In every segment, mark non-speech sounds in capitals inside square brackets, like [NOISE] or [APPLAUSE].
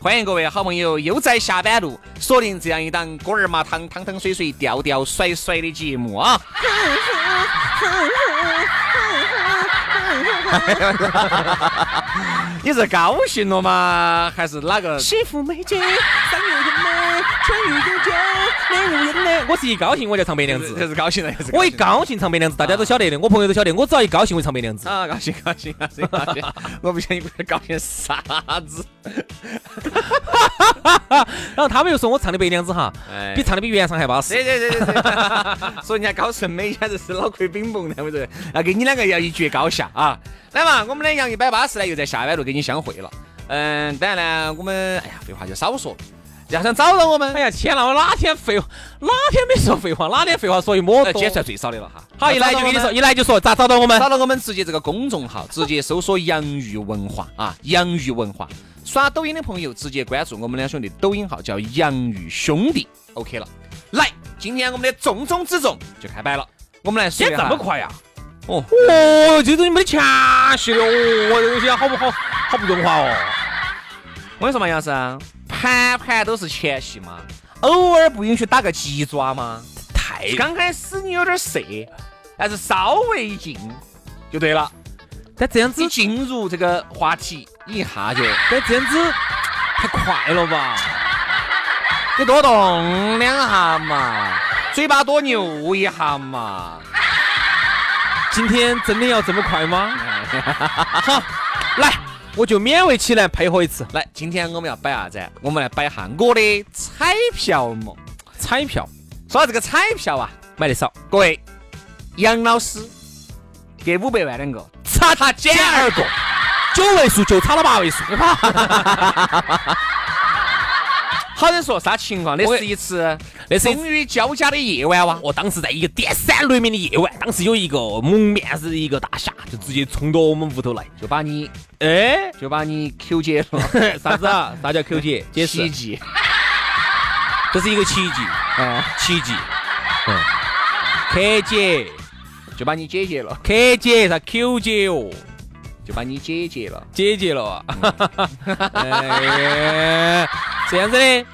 欢迎各位好朋友又在下班路锁定这样一档锅儿麻汤汤汤水水、调调甩甩的节目啊！ [LAUGHS] 你是高兴了吗？还是哪个？媳妇美姐，三月人来，春雨悠久，两人人来。我是一高兴我就唱白娘 [LAUGHS] 这子，是高兴了，还是我一高兴唱白娘子，大家都晓得的，我朋友都晓得，我只要一高兴我就唱 [LAUGHS] 白娘子。啊，高兴高兴高兴高 [LAUGHS] 兴！我不晓得你不是高兴啥子？然后他们又说我唱的白娘子哈哎，比唱的比原唱还巴适。哎对对对对对，说人家高胜美简直是脑壳冰崩，对不对？要啊跟你两个要一决高下啊！来嘛，我们的杨一百八十呢又在下班路跟你相会了。嗯，当然呢，我们哎呀，废话就少说了。要想找到我们，哎呀，天呐，我哪天废话，哪天没说废话，哪天废话说一摸那哎多今。天算最少的了哈。好，一来就跟你说，一来就说咋找到我们？找到我们直接这个公众号，直接搜索“洋芋文化”啊，洋芋文化。刷抖音的朋友直接关注我们两兄弟抖音号，叫“洋芋兄弟 ”，OK 了。来，今天我们的重中之重就开摆了，我们来说今一天下这么快啊呀？哦，哦哟，这东西没得前戏的，哦，这东西好不好？好不润滑哦。我跟你说嘛，杨老师啊，盘盘都是前戏嘛，偶尔不允许打个鸡爪嘛。太刚开始你有点涩，但是稍微一进就对了。但这样子哎你，进入这个话题，你一下就但这样子太快了吧？你多动两下嘛，嘴巴多扭一下嘛。今天真的要这么快 [LAUGHS] 吗？好，来，我就勉为其难配合一次来，今天我们要摆啥子？我们来摆下我的彩票嘛。彩票。说到这个彩票啊，买的少，各位，杨老师给五百万两个，擦他减二个。九位数就差了八位数，好人说啥情况？那我是一次，那是一次风雨交加的夜晚哇！我当时在一个电闪雷鸣的夜晚，当时有一个蒙面子的一个大侠，就直接冲到我们屋头来。就把你哎，就把你 Q 姐了，啥子啊？啥叫 Q 姐？解释 [LAUGHS] 奇，迹。这是一个奇迹，嗯，奇迹。嗯，K 姐就把你姐姐了， ，K 姐啥 Q 姐哦？就把你姐姐了。姐姐了啊！嗯 [LAUGHS] 哎，这样子的，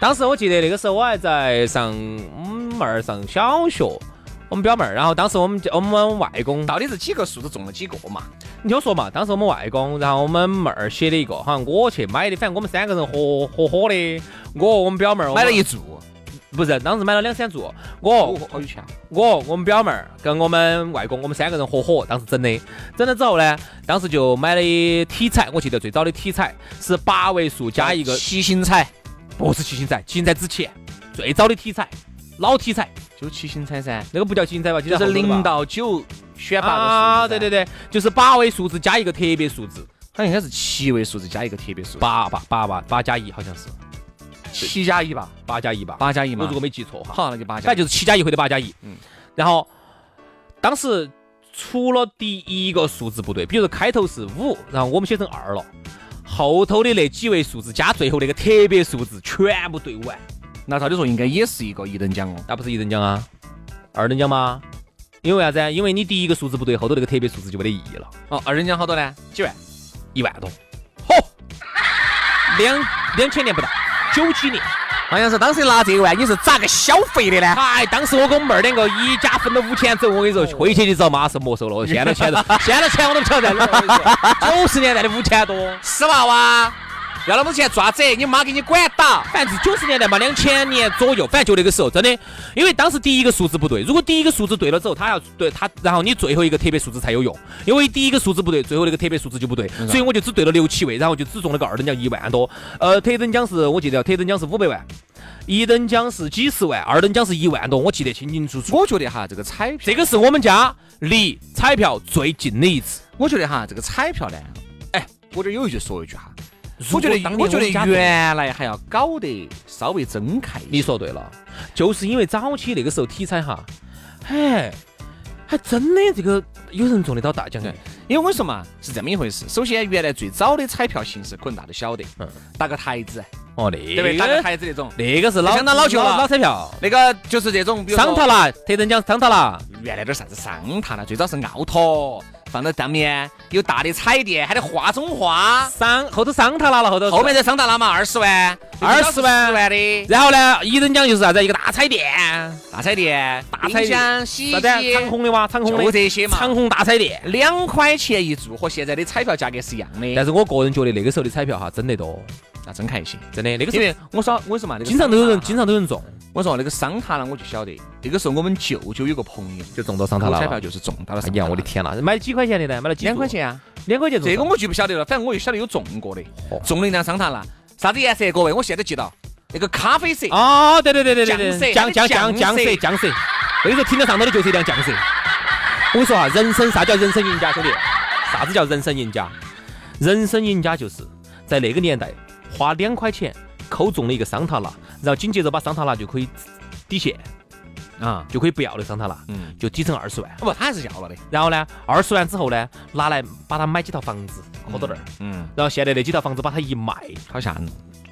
当时我记得那个时候我还在上我们儿上小学，我们表妹儿，然后当时我们家我们外公到底是几个数字中了几个嘛？你听我说嘛，当时我们外公，然后我们妹儿写的一个，好像我去买的，反正我们三个人合合伙的，我我们表妹儿买了，一我注，们不是，当时买了两三注，我哦，好有钱。我我们表妹儿跟我们外公，我们三个人合伙，当时整的，整了之后呢，当时就买了一体彩，我记得最早的体彩是八位数加一个，七星彩，不是七星彩，七星彩之前最早的体彩，老体彩，就七星彩噻，那个不叫七星彩吧，就叫是零到到九选八个数字啊，对对对，对，就是八位数字加一个特别数字，它应该是七位数字加一个特别数，八八八八八加一好像是。七加一吧，八加一吧，八加一我嘛。如果没记错哈，好，那就八加反正就一。是七加一或者八加一。嗯嗯，然后当时除了第一个数字不对，比如说开头是五，然后我们写成二了，后头的那几位数字加最后那个特别数字全部对完，那照理说应该也是一个一等奖哦。那不是一等奖啊，二等奖吗？因为啥子啊？因为你第一个数字不对，后头那个特别数字就没得意义了，哦，二等奖好多呢？几万？一万多，嚯，两两千年不到，九几年。好像是当时拿这一万，你是咋个消费的呢？哎，当时我跟我妹儿两个一家分了五千走，我跟你说，回去就知道妈是没收了。我现在钱，现在钱我都不晓得在哪儿。九十年代的五千多，死娃娃，要那么多钱做啥子？你妈给你管到。反正九十年代嘛，两千年左右，反正就那个时候，真的，因为当时第一个数字不对，如果第一个数字对了之后，它要对它，然后你最后一个特别数字才有用，因为第一个数字不对，最后那个特别数字就不对，嗯所以我就只对了六七位，然后就只中了个二等奖一万多，呃，特等奖是我记得，特等奖是五百万。一等奖是几十万，二等奖是一万多，我记得清清楚楚。我觉得哈，这个彩票，这个是我们家离彩票最近的一次。我觉得哈，这个彩票呢，哎，我这有一句说一句哈，果我觉当得年我觉得我们家原来还要搞得稍微睁开一你些，说对了，就是因为早期那个时候体彩哈，嘿，还真的这个有人中得到大奖的对。因为我跟你说嘛，是这么一回事。首先，原来最早的彩票形式，可能大家都晓得嗯，打个台子，哦，那对不对？打个个台子那种，那个是老相当老旧了老彩票，那个就是这种，比如商说塔啦，特等奖商塔啦，原来都是啥子商塔呢？最早是奥拓，放到当面有大的彩电，还得画中画，商后头商塔啦了，后头后面再商塔拉嘛，二十万， 20万十万的然后呢，一等奖就是啥子？一个大彩电，大彩电、大彩冰电，箱、洗衣啥子啊？机，长虹的哇，长虹就的，这些嘛。长虹大彩电。两块钱一注，和现在的彩票价格是一样的。但是我个人觉得那个时候的彩票哈，真的多，那真看一些，真的那个时因候为我说我跟你说嘛，那个经常都有人，商经常都有人中，塔我说那个商塔呢，我就晓得，那个时候我们舅舅有个朋友就中到商中塔啦彩了票。就是中到了商哎塔呀，啦。我的天呐，买几块钱的呢？买了几两注块，钱啊！两块钱中这个奖我就不晓得了，反正我就晓得有中过的哦，中了一辆商塔啦，啥子颜色？各位，我现在记到那个咖啡色，哦，对对对对对对，酱色酱酱它酱的色酱色，我跟你说，听到上头的就是一辆酱色。我跟你说啊，人生啥叫人生赢家，兄弟？啥子叫人生赢家？人生赢家就是在那个年代花两块钱扣中了一个桑塔纳，然后紧接着把桑塔纳就可以抵现啊，就可以不要那个桑塔纳，嗯，就抵成二十万。不，他还是要了的，然后呢，二十万之后呢，拿来把它买几套房子，好搁到那儿。，嗯，然后现在那几套房子把它一卖，好吓人。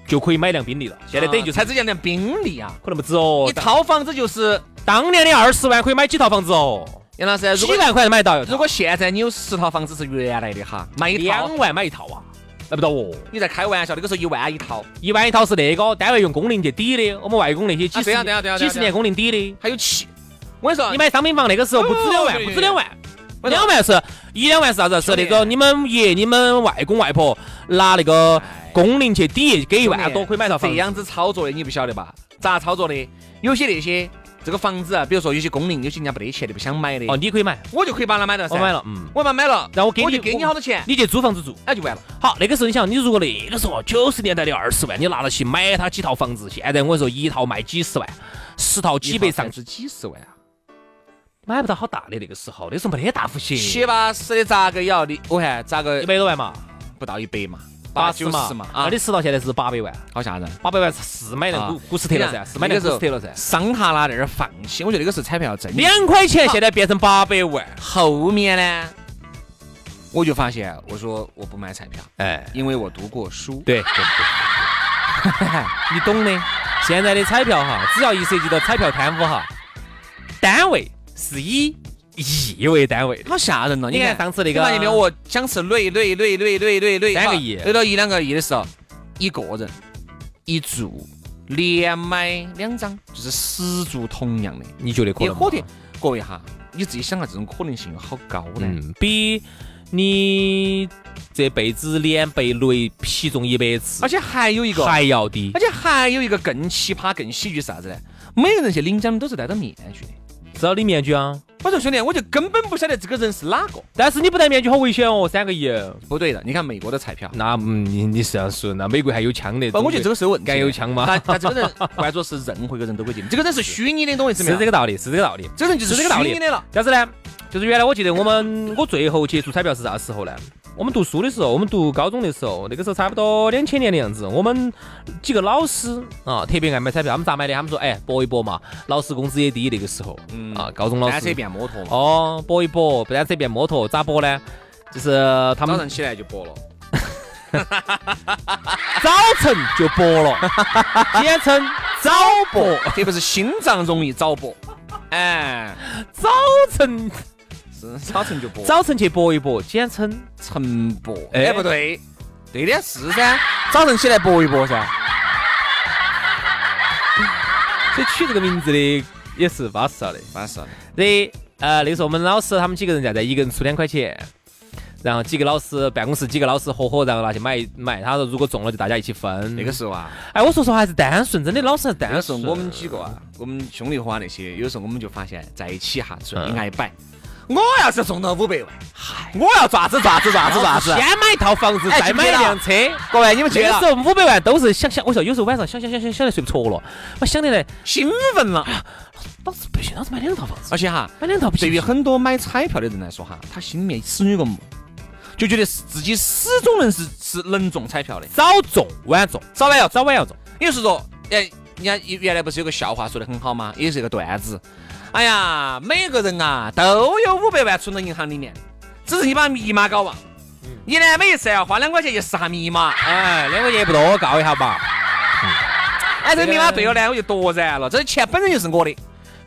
就可以买辆宾利了。现在等于就是才只讲点宾利啊，可能不止啊哦一，套房子就是当年的二十万可以买几套房子哦，杨老师，哎几如果万块钱买到，如果现在你有十套房子是原来的哈，卖一套两，万买一套啊，哎那不到哦，你在开玩笑，那个时候一万一套，一万一套是那个单位用工龄去抵的，我们外公那些几啊对十啊对啊对啊对几啊十年工龄抵的。还有七，我跟你说，你买商品房那个时候不止两啊哦万，对不止两万，我两万是一两万是啥子？是那兄个弟你们爷、你们外公外婆拿那个工龄去抵，给一哎兄万弟多可以买套房子。这样子操作的你不晓得吧？咋操作的？有些那些这个房子啊，比如说有些工龄，有些人家没得钱的不想买的，哦，你可以买，我就可以把它买了噻，我买，了，嗯，我把它买了，然后我给我你就给你好多钱，你去租房子住。那就完了。好，那个时候你想，你如果那个时候九十年代的二十万，你拿得起买他几套房子？现在我跟你说，一套卖几十万，十套几百上是几十万啊？买不到好大的那个时候，那时候没得大户型，七八十的咋个也要的，我看咋个一百多万嘛，不到一百嘛，八八十九嘛十嘛，那啊你，十套现在是八百万，好吓人。八百万是买辆古啊古斯特了噻，是买辆古斯特了噻，桑塔纳在那儿放起，我觉得那个时候彩票要挣。两块钱现在变成八百 [LAUGHS] 万，后面呢，我就发现，我说我不买彩票，哎，因为我读过书。对对对， [LAUGHS] 你懂的。现在的彩票哈，只要一涉及到彩票贪污哈，单位是以亿为单位的，好吓人了！你看上次那个你发现没有？我想吃累累累累累累累三个亿累到一两个亿的时候，一个人一注连买两张，就是十注同样的，你觉得可也能可吗？得。各位哈，你自己想下这种可能性有好高呢？嗯，比你这辈子连被雷劈中一百次而且还有一个，还要低而。且还有一个更奇葩、更喜剧是啥子呢？每个人去领奖都是戴着面具的。知道你面具啊？我说兄弟，我就根本不晓得这个人是哪个。但是你不戴面具好危险哦，三个亿。不对的，你看美国的彩票，那嗯，你你是这样说，那美国还有枪的。不，我觉得这个啊个是有问题的。敢有枪吗他他这个人换作是任何一个人都会进，这个人是虚拟的，懂我意思是没有？这个道理，是这个道理。这个人就是这个道理虚拟的了。但是呢，就是原来我记得我们我最后接触彩票是啥时候呢？我们读书的时候，我们读高中的时候，那个时候差不多两千年的样子，我们几个老师啊特别爱买彩票，他们咋买的？他们说，哎，搏一搏嘛，老师工资也低那个时候，嗯啊，高中老单车师变摩托嘛，哦，搏一搏，不然这边摩托咋搏呢？就是呃他早们上起来就播了。早晨就搏了，简称早搏，特别是心脏容易早搏，哎，早晨是早晨就搏，早晨去搏一搏，简称晨搏，哎哎，不对，对的是噻，早晨起来搏一搏噻，所以取这个名字的也是巴适了的。那是，对，呃，那个时候我们老师他们几个人在在，一个人出两块钱，然后几个老师办公室几个老师合伙，然后拿去买买。他说如果中了就大家一起分。那个时候啊，哎，我说实话还是单纯，真的老师还是那单时候纯。我们几个啊，我们兄弟伙啊那些，有时候我们就发现在一起哈嗯最挨摆。我要是中到五百万，嗨，我要咋子咋子咋子咋子。先买一套房子，哎再买一辆车。各位，你们哎这觉个时得候五百万都是想想，我说有时候晚上想想想想想得睡不着了，我想的嘞，兴奋了？老子不行，老子买两套房子，而且哈，买两套不对行于。很多买彩票的人来说哈，他心里面始终有个梦，就觉得是自己始终能是是能中彩票的。早中晚中，早晚要早晚要中。也就是说，哎，人家原来不是有个笑话说的很好吗？也是一个段子。哎呀，每个人啊都有五百万存到银行里面，只是你把密码搞忘。嗯你呢，每一次要花两块钱去试下密码。哎，两块钱也不多，告一下吧。哎，这个密码对了啊呢，我就夺然了。这钱本身就是我的。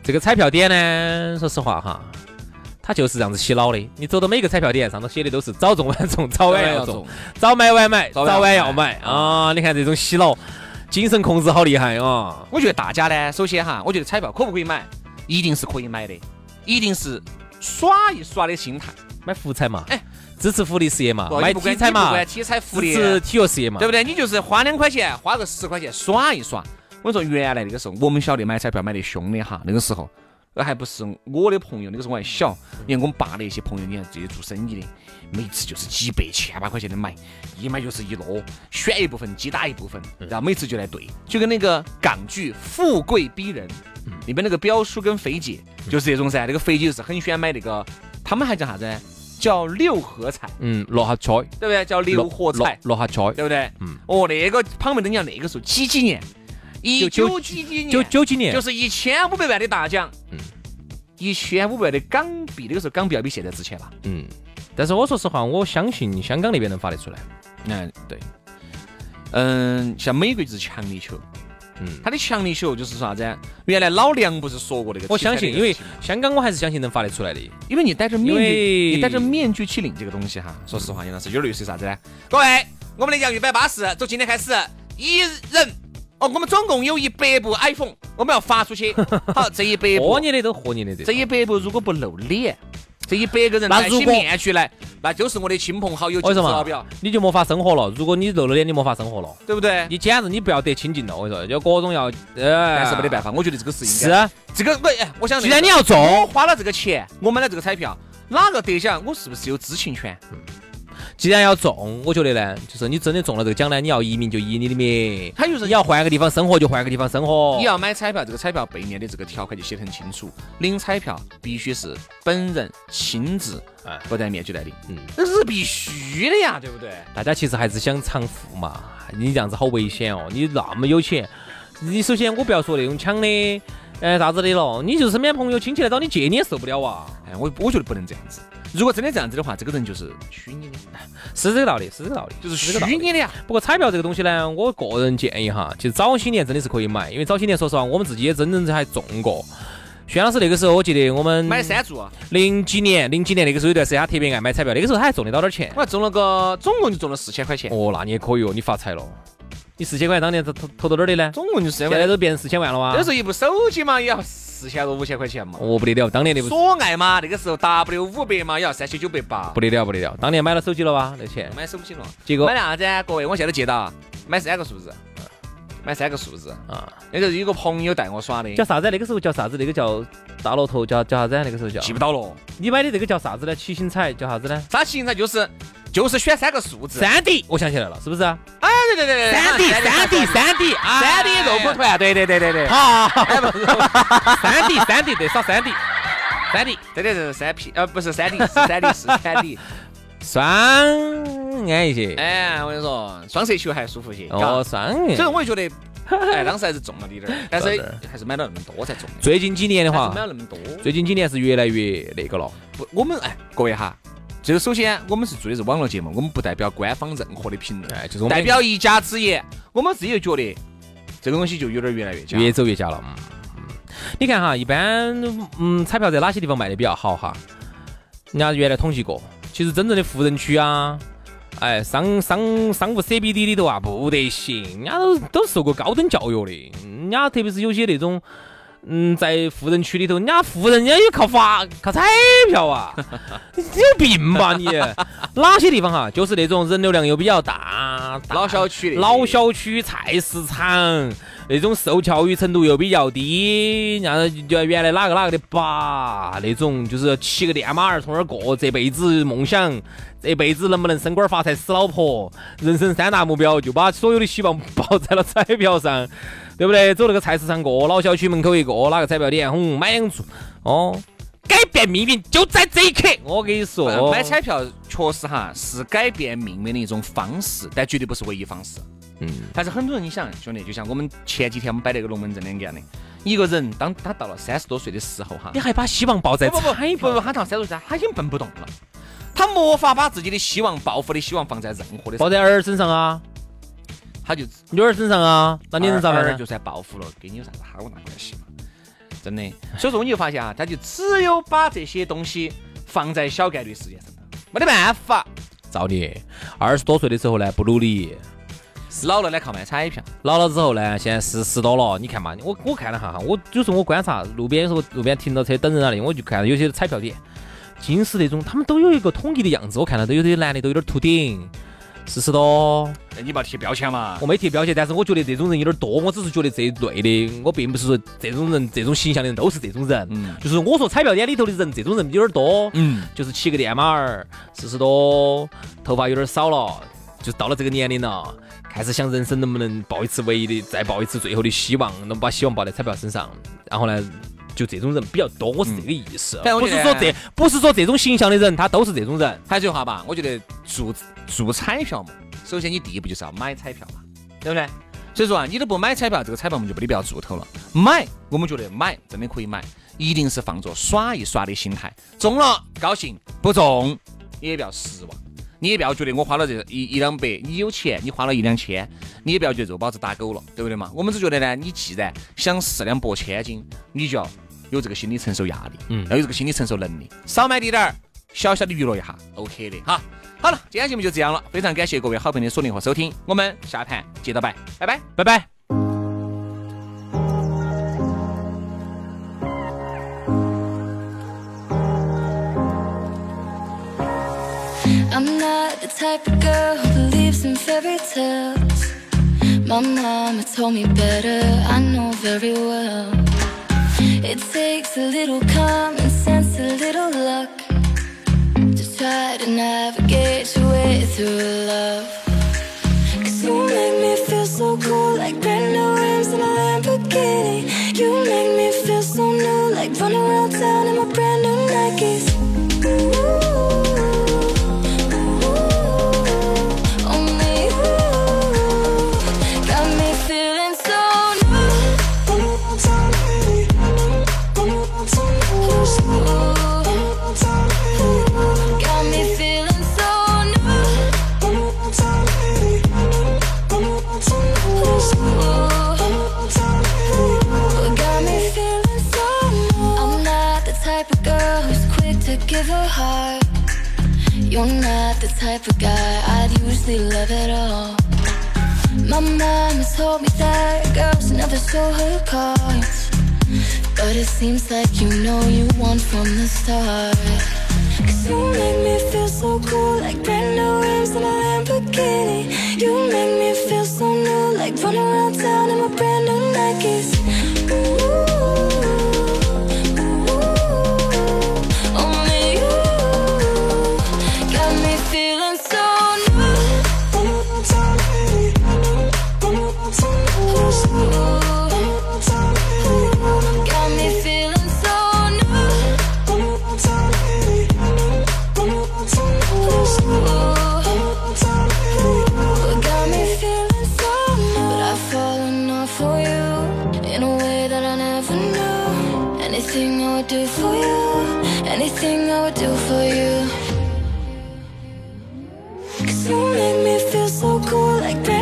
这个彩票点呢，说实话哈，它就是这样子洗脑的。你走到每一个彩票点上头写的都是早中晚中，早晚啊要中，，早买晚买，早晚要早晚要买买啊！你看这种洗脑，精神控制好厉害啊！我觉得大家呢，首先哈，我觉得彩票可不可以买，一定是可以买的，一定是耍一耍的心态。买福彩嘛，哎支持福利事业嘛，不啊买你不管体彩你不嘛，管体彩福支利，持体育事业嘛对，不对？你就是花两块钱，花个十块钱耍一耍。我跟你说，原来那个时候我们晓得买彩票买得凶的哈，那个时候。那还不是我的朋友，那个时候我还小。你看我们爸的一些朋友，你看这些做生意的，每次就是几百、千把块钱的买，一买就是一摞，选一部分，击打一部分，然后每次就来对，就跟那个港剧《富贵逼人》里面那个彪叔跟肥姐就是这种噻。那个肥姐就是很喜欢买那个，他们还叫啥子？叫六合彩，嗯，落下彩，对不对？叫六合彩。落下彩，对不对？嗯。哦，那个旁边的你看那个时候几几年，九一九几几年，九九几年就，是一千五百万的大奖，嗯一千五百万的港币，那个时候港币要比现在值钱吧？嗯。但是我说实话，我相信香港那边能发得出来。哎嗯，对。嗯，像美国就是强力球，嗯，它的强力球就是说啥子？原来老梁不是说过那个？我相信，因为香港我还是相信能发得出来的。因为你戴着面因具，为你戴着面具去领这个东西哈。说实话，杨老师有点类似于啥子呢？各位，我们的洋芋摆巴士从今天开始，一人哦，我们总共有一百部 iPhone，我们要发 [LAUGHS] 出去。好，这一百部和，你的都和你的这这种。一百部如果不露脸，这一百个人那戴如起果面具来，那就是我的亲朋好友、我跟亲知你老说表嘛，，你就没法生活了。如果你露了脸，你没法生活了。对不对？你简直你不要得亲近了，我跟你说，要各种要，呃，但是没得办法，我觉得这个事应是该。啊，这个我哎，我想既然你要我中，花了这个钱，我买了这个彩票，哪个得奖，我是不是有知情权？既然要中，我觉得呢，就是你真的中了这个奖呢，你要移民就移你的民，他就是你要换个地方生活就换个地方生活你。要买彩票，这个彩票背面的这个条款就写得很清楚，领彩票必须是本人亲自哎，不戴面具来领，嗯，这是必须的呀，对不对？大家其实还是想藏富嘛，你这样子好危险哦，你那么有钱，你首先我不要说那种抢的，呃，啥子的了，你就身边朋友亲戚来找你借，你也受不了啊。哎，我我觉得不能这样子，如果真的这样子的话，这个人就是虚拟的，是这个道理，是这个道理，就是这个道虚理拟的呀。不过彩票这个东西呢，我个人建议哈，其实早些年真的是可以买，因为早些年说实话，我们自己也真正还中过。轩老师那个时候，我记得我们买三注啊，零几年，零几年那个时候有一段时间他特别爱买彩票，那个时候他还中得到点钱。我还中了个，总共就中了四千块钱，哦，那你也可以哦，你发财了。你四千块当年投投投到哪儿的呢？总共就四千现块在钱。啊都变成四千万了哇哎那！时候一部手机嘛，也要四千多五千块钱嘛。哦，不得了，当年那不索爱嘛，那个时候 W 五百嘛，也要三千九百八不。得了，不得了，当年买了手机了哇，那钱。买手机了，结果买啥子啊？各位，我现在记得啊，买三个数字，买三个数字。啊，那个有个朋友带我耍的，叫啥子啊？那个时候叫啥子？那个叫大乐透，叫叫啥子啊？那个时候叫 [LAUGHS] 记不到了。你买的这个叫啥子呢？七星彩叫啥子呢？他形态就是就是选三个数字。三 D，我想起来了，是不是啊？哎，对对对对，三 D，三 D，三哎 D，三 D 肉蒲团，对对对对对，哎啊！ [LAUGHS] 三 D，三 D，对，少三 [LAUGHS] D，三 D，对对对对三 P，呃，不是三 D，是三 D 是 [LAUGHS] 三 D。双安一些，哎，我跟你说，双色球还舒服些。哦，嘎双 [LAUGHS] 所以安。我就觉得，哎，当时还是中了滴点儿，但 [LAUGHS] 是还是买了那么多才中的，最近几年的还话是买，了那么多。最近几年是越来越那个了。不，我们哎，各位哈，这个首先我们是做的是网络节目，我们不代表官方任何的评论，哎，就是我们代表一家之言，我们自己就觉得这个东西就有点越来越假。越走越假了。嗯，你看哈，一般嗯，彩票在哪些地方卖的比较好哈？人家原来统计过，其实真正的富人区啊，哎，商商商务 CBD 里头啊，不得行，人家都都受过高等教育的，人家特别是有些那种嗯，在富人区里头，人家富人人家也靠发靠彩票啊， [LAUGHS] 你有病吧你？哪些地方哈，就是那种人流量又比较大，大老小区那些老小区菜市场那种受教育程度又比较低，然后就原来哪个哪个的爸那种，就是骑个电马儿从那儿过，这辈子梦想，这辈子能不能升官发财死老婆，人生三大目标就把所有的希望抱在了彩票上，对不对？走那个菜市场过，老小区门口一过，哪个彩票点，轰买两注，哦。改变命运就在这一刻，我跟你说，呃买彩票确实哈是改变命运的一种方式，但绝对不是唯一方式。嗯，但是很多人，你想，兄弟，就像我们前几天我们摆那个龙门阵两个样的，一个人当他到了三十多岁的时候哈你，还把希望抱在不不不彩不票不，他到三十多岁，他已经蹦不动了，他没法把自己的希望、抱负的希望放在任何的上，抱在儿身上啊，他就女儿身上啊，那你能咋办二呢二？就算报复了，跟你有啥子哈我那关系嘛？真的，所以说你就发现啊，他就只有把这些东西放在小概率事件上头，没得办法。造孽！二十多岁的时候呢，不努力，老了呢靠卖彩票，老了之后呢，现在四十多了，你看嘛，我我看了哈，我有时候我观察路边有时候路边停到车等人那里，我就看有些彩票点，金石那种，他们都有一个统一的样子，我看到都有些男的都有点秃顶。四十多，那哎你不要贴标签嘛我。没贴标签，但是我觉得这种人有点多。我只是觉得这一类的，我并不是说这种人、这种形象的人都是这种人。嗯就是我说彩票店里头的人，这种人有点多。嗯，就是骑个电马儿，四十多，头发有点少了，就到了这个年龄了，开始想人生能不能抱一次唯一的，再抱一次最后的希望，能把希望抱在彩票身上。然后呢，就这种人比较多，我是这个意思，嗯但我不觉是得说这不是说这种形象的人他都是这种人，还是句话吧，我觉得做做彩票嘛，首先你第一步就是要买彩票嘛，对不对？所以说啊，你都不买彩票，这个彩票我们就没得必要做头了。买，我们觉得买真的可以买，一定是放着耍一耍的心态，中了高兴，不中也不要失望。你也不要觉得我花了这一一两百，你有钱，你花了一两千，你也不要觉得肉包子打狗了，对不对嘛？我们只觉得呢，你既然想四两拨千斤，你就要有这个心理承受压力，嗯要有这个心理承受能力，少买滴点儿，小小的娱乐一下，OK 的哈。好了，今天节目就这样了，非常感谢各位好朋友的锁定和收听，我们下盘接着摆，拜拜。拜拜。 I'm not the type of girl who believes in fairy tales. My mama told me better, I know very well. It takes a little common sense, a little luck to try to navigate your way through love. Cause you make me feel so cool, like brand new rims in a Lamborghini. You make me feel so new, like running around town in my brand new Nikes. Ooh, only you got me feeling so new. Got me feeling so new. Got me feeling so new. I'm not the type of girl who's quick to give her heart. You're not the type of guy I'd usually love at all. My mama told me that girls never show her cards. But it seems like you know you want from the start. Cause you make me feel so cool, like brand new rims in a Lamborghini. You make me feel so new, like running around town in my brand new Nikes. Ooh, ooh, only you got me feeling so new. Ooh, Got me feeling so new. Got me feeling so new. But I've fallen off for you in a way that I never knew. Anything I would do for you, anything I would do for you. Cause you make me feel so cool, like brand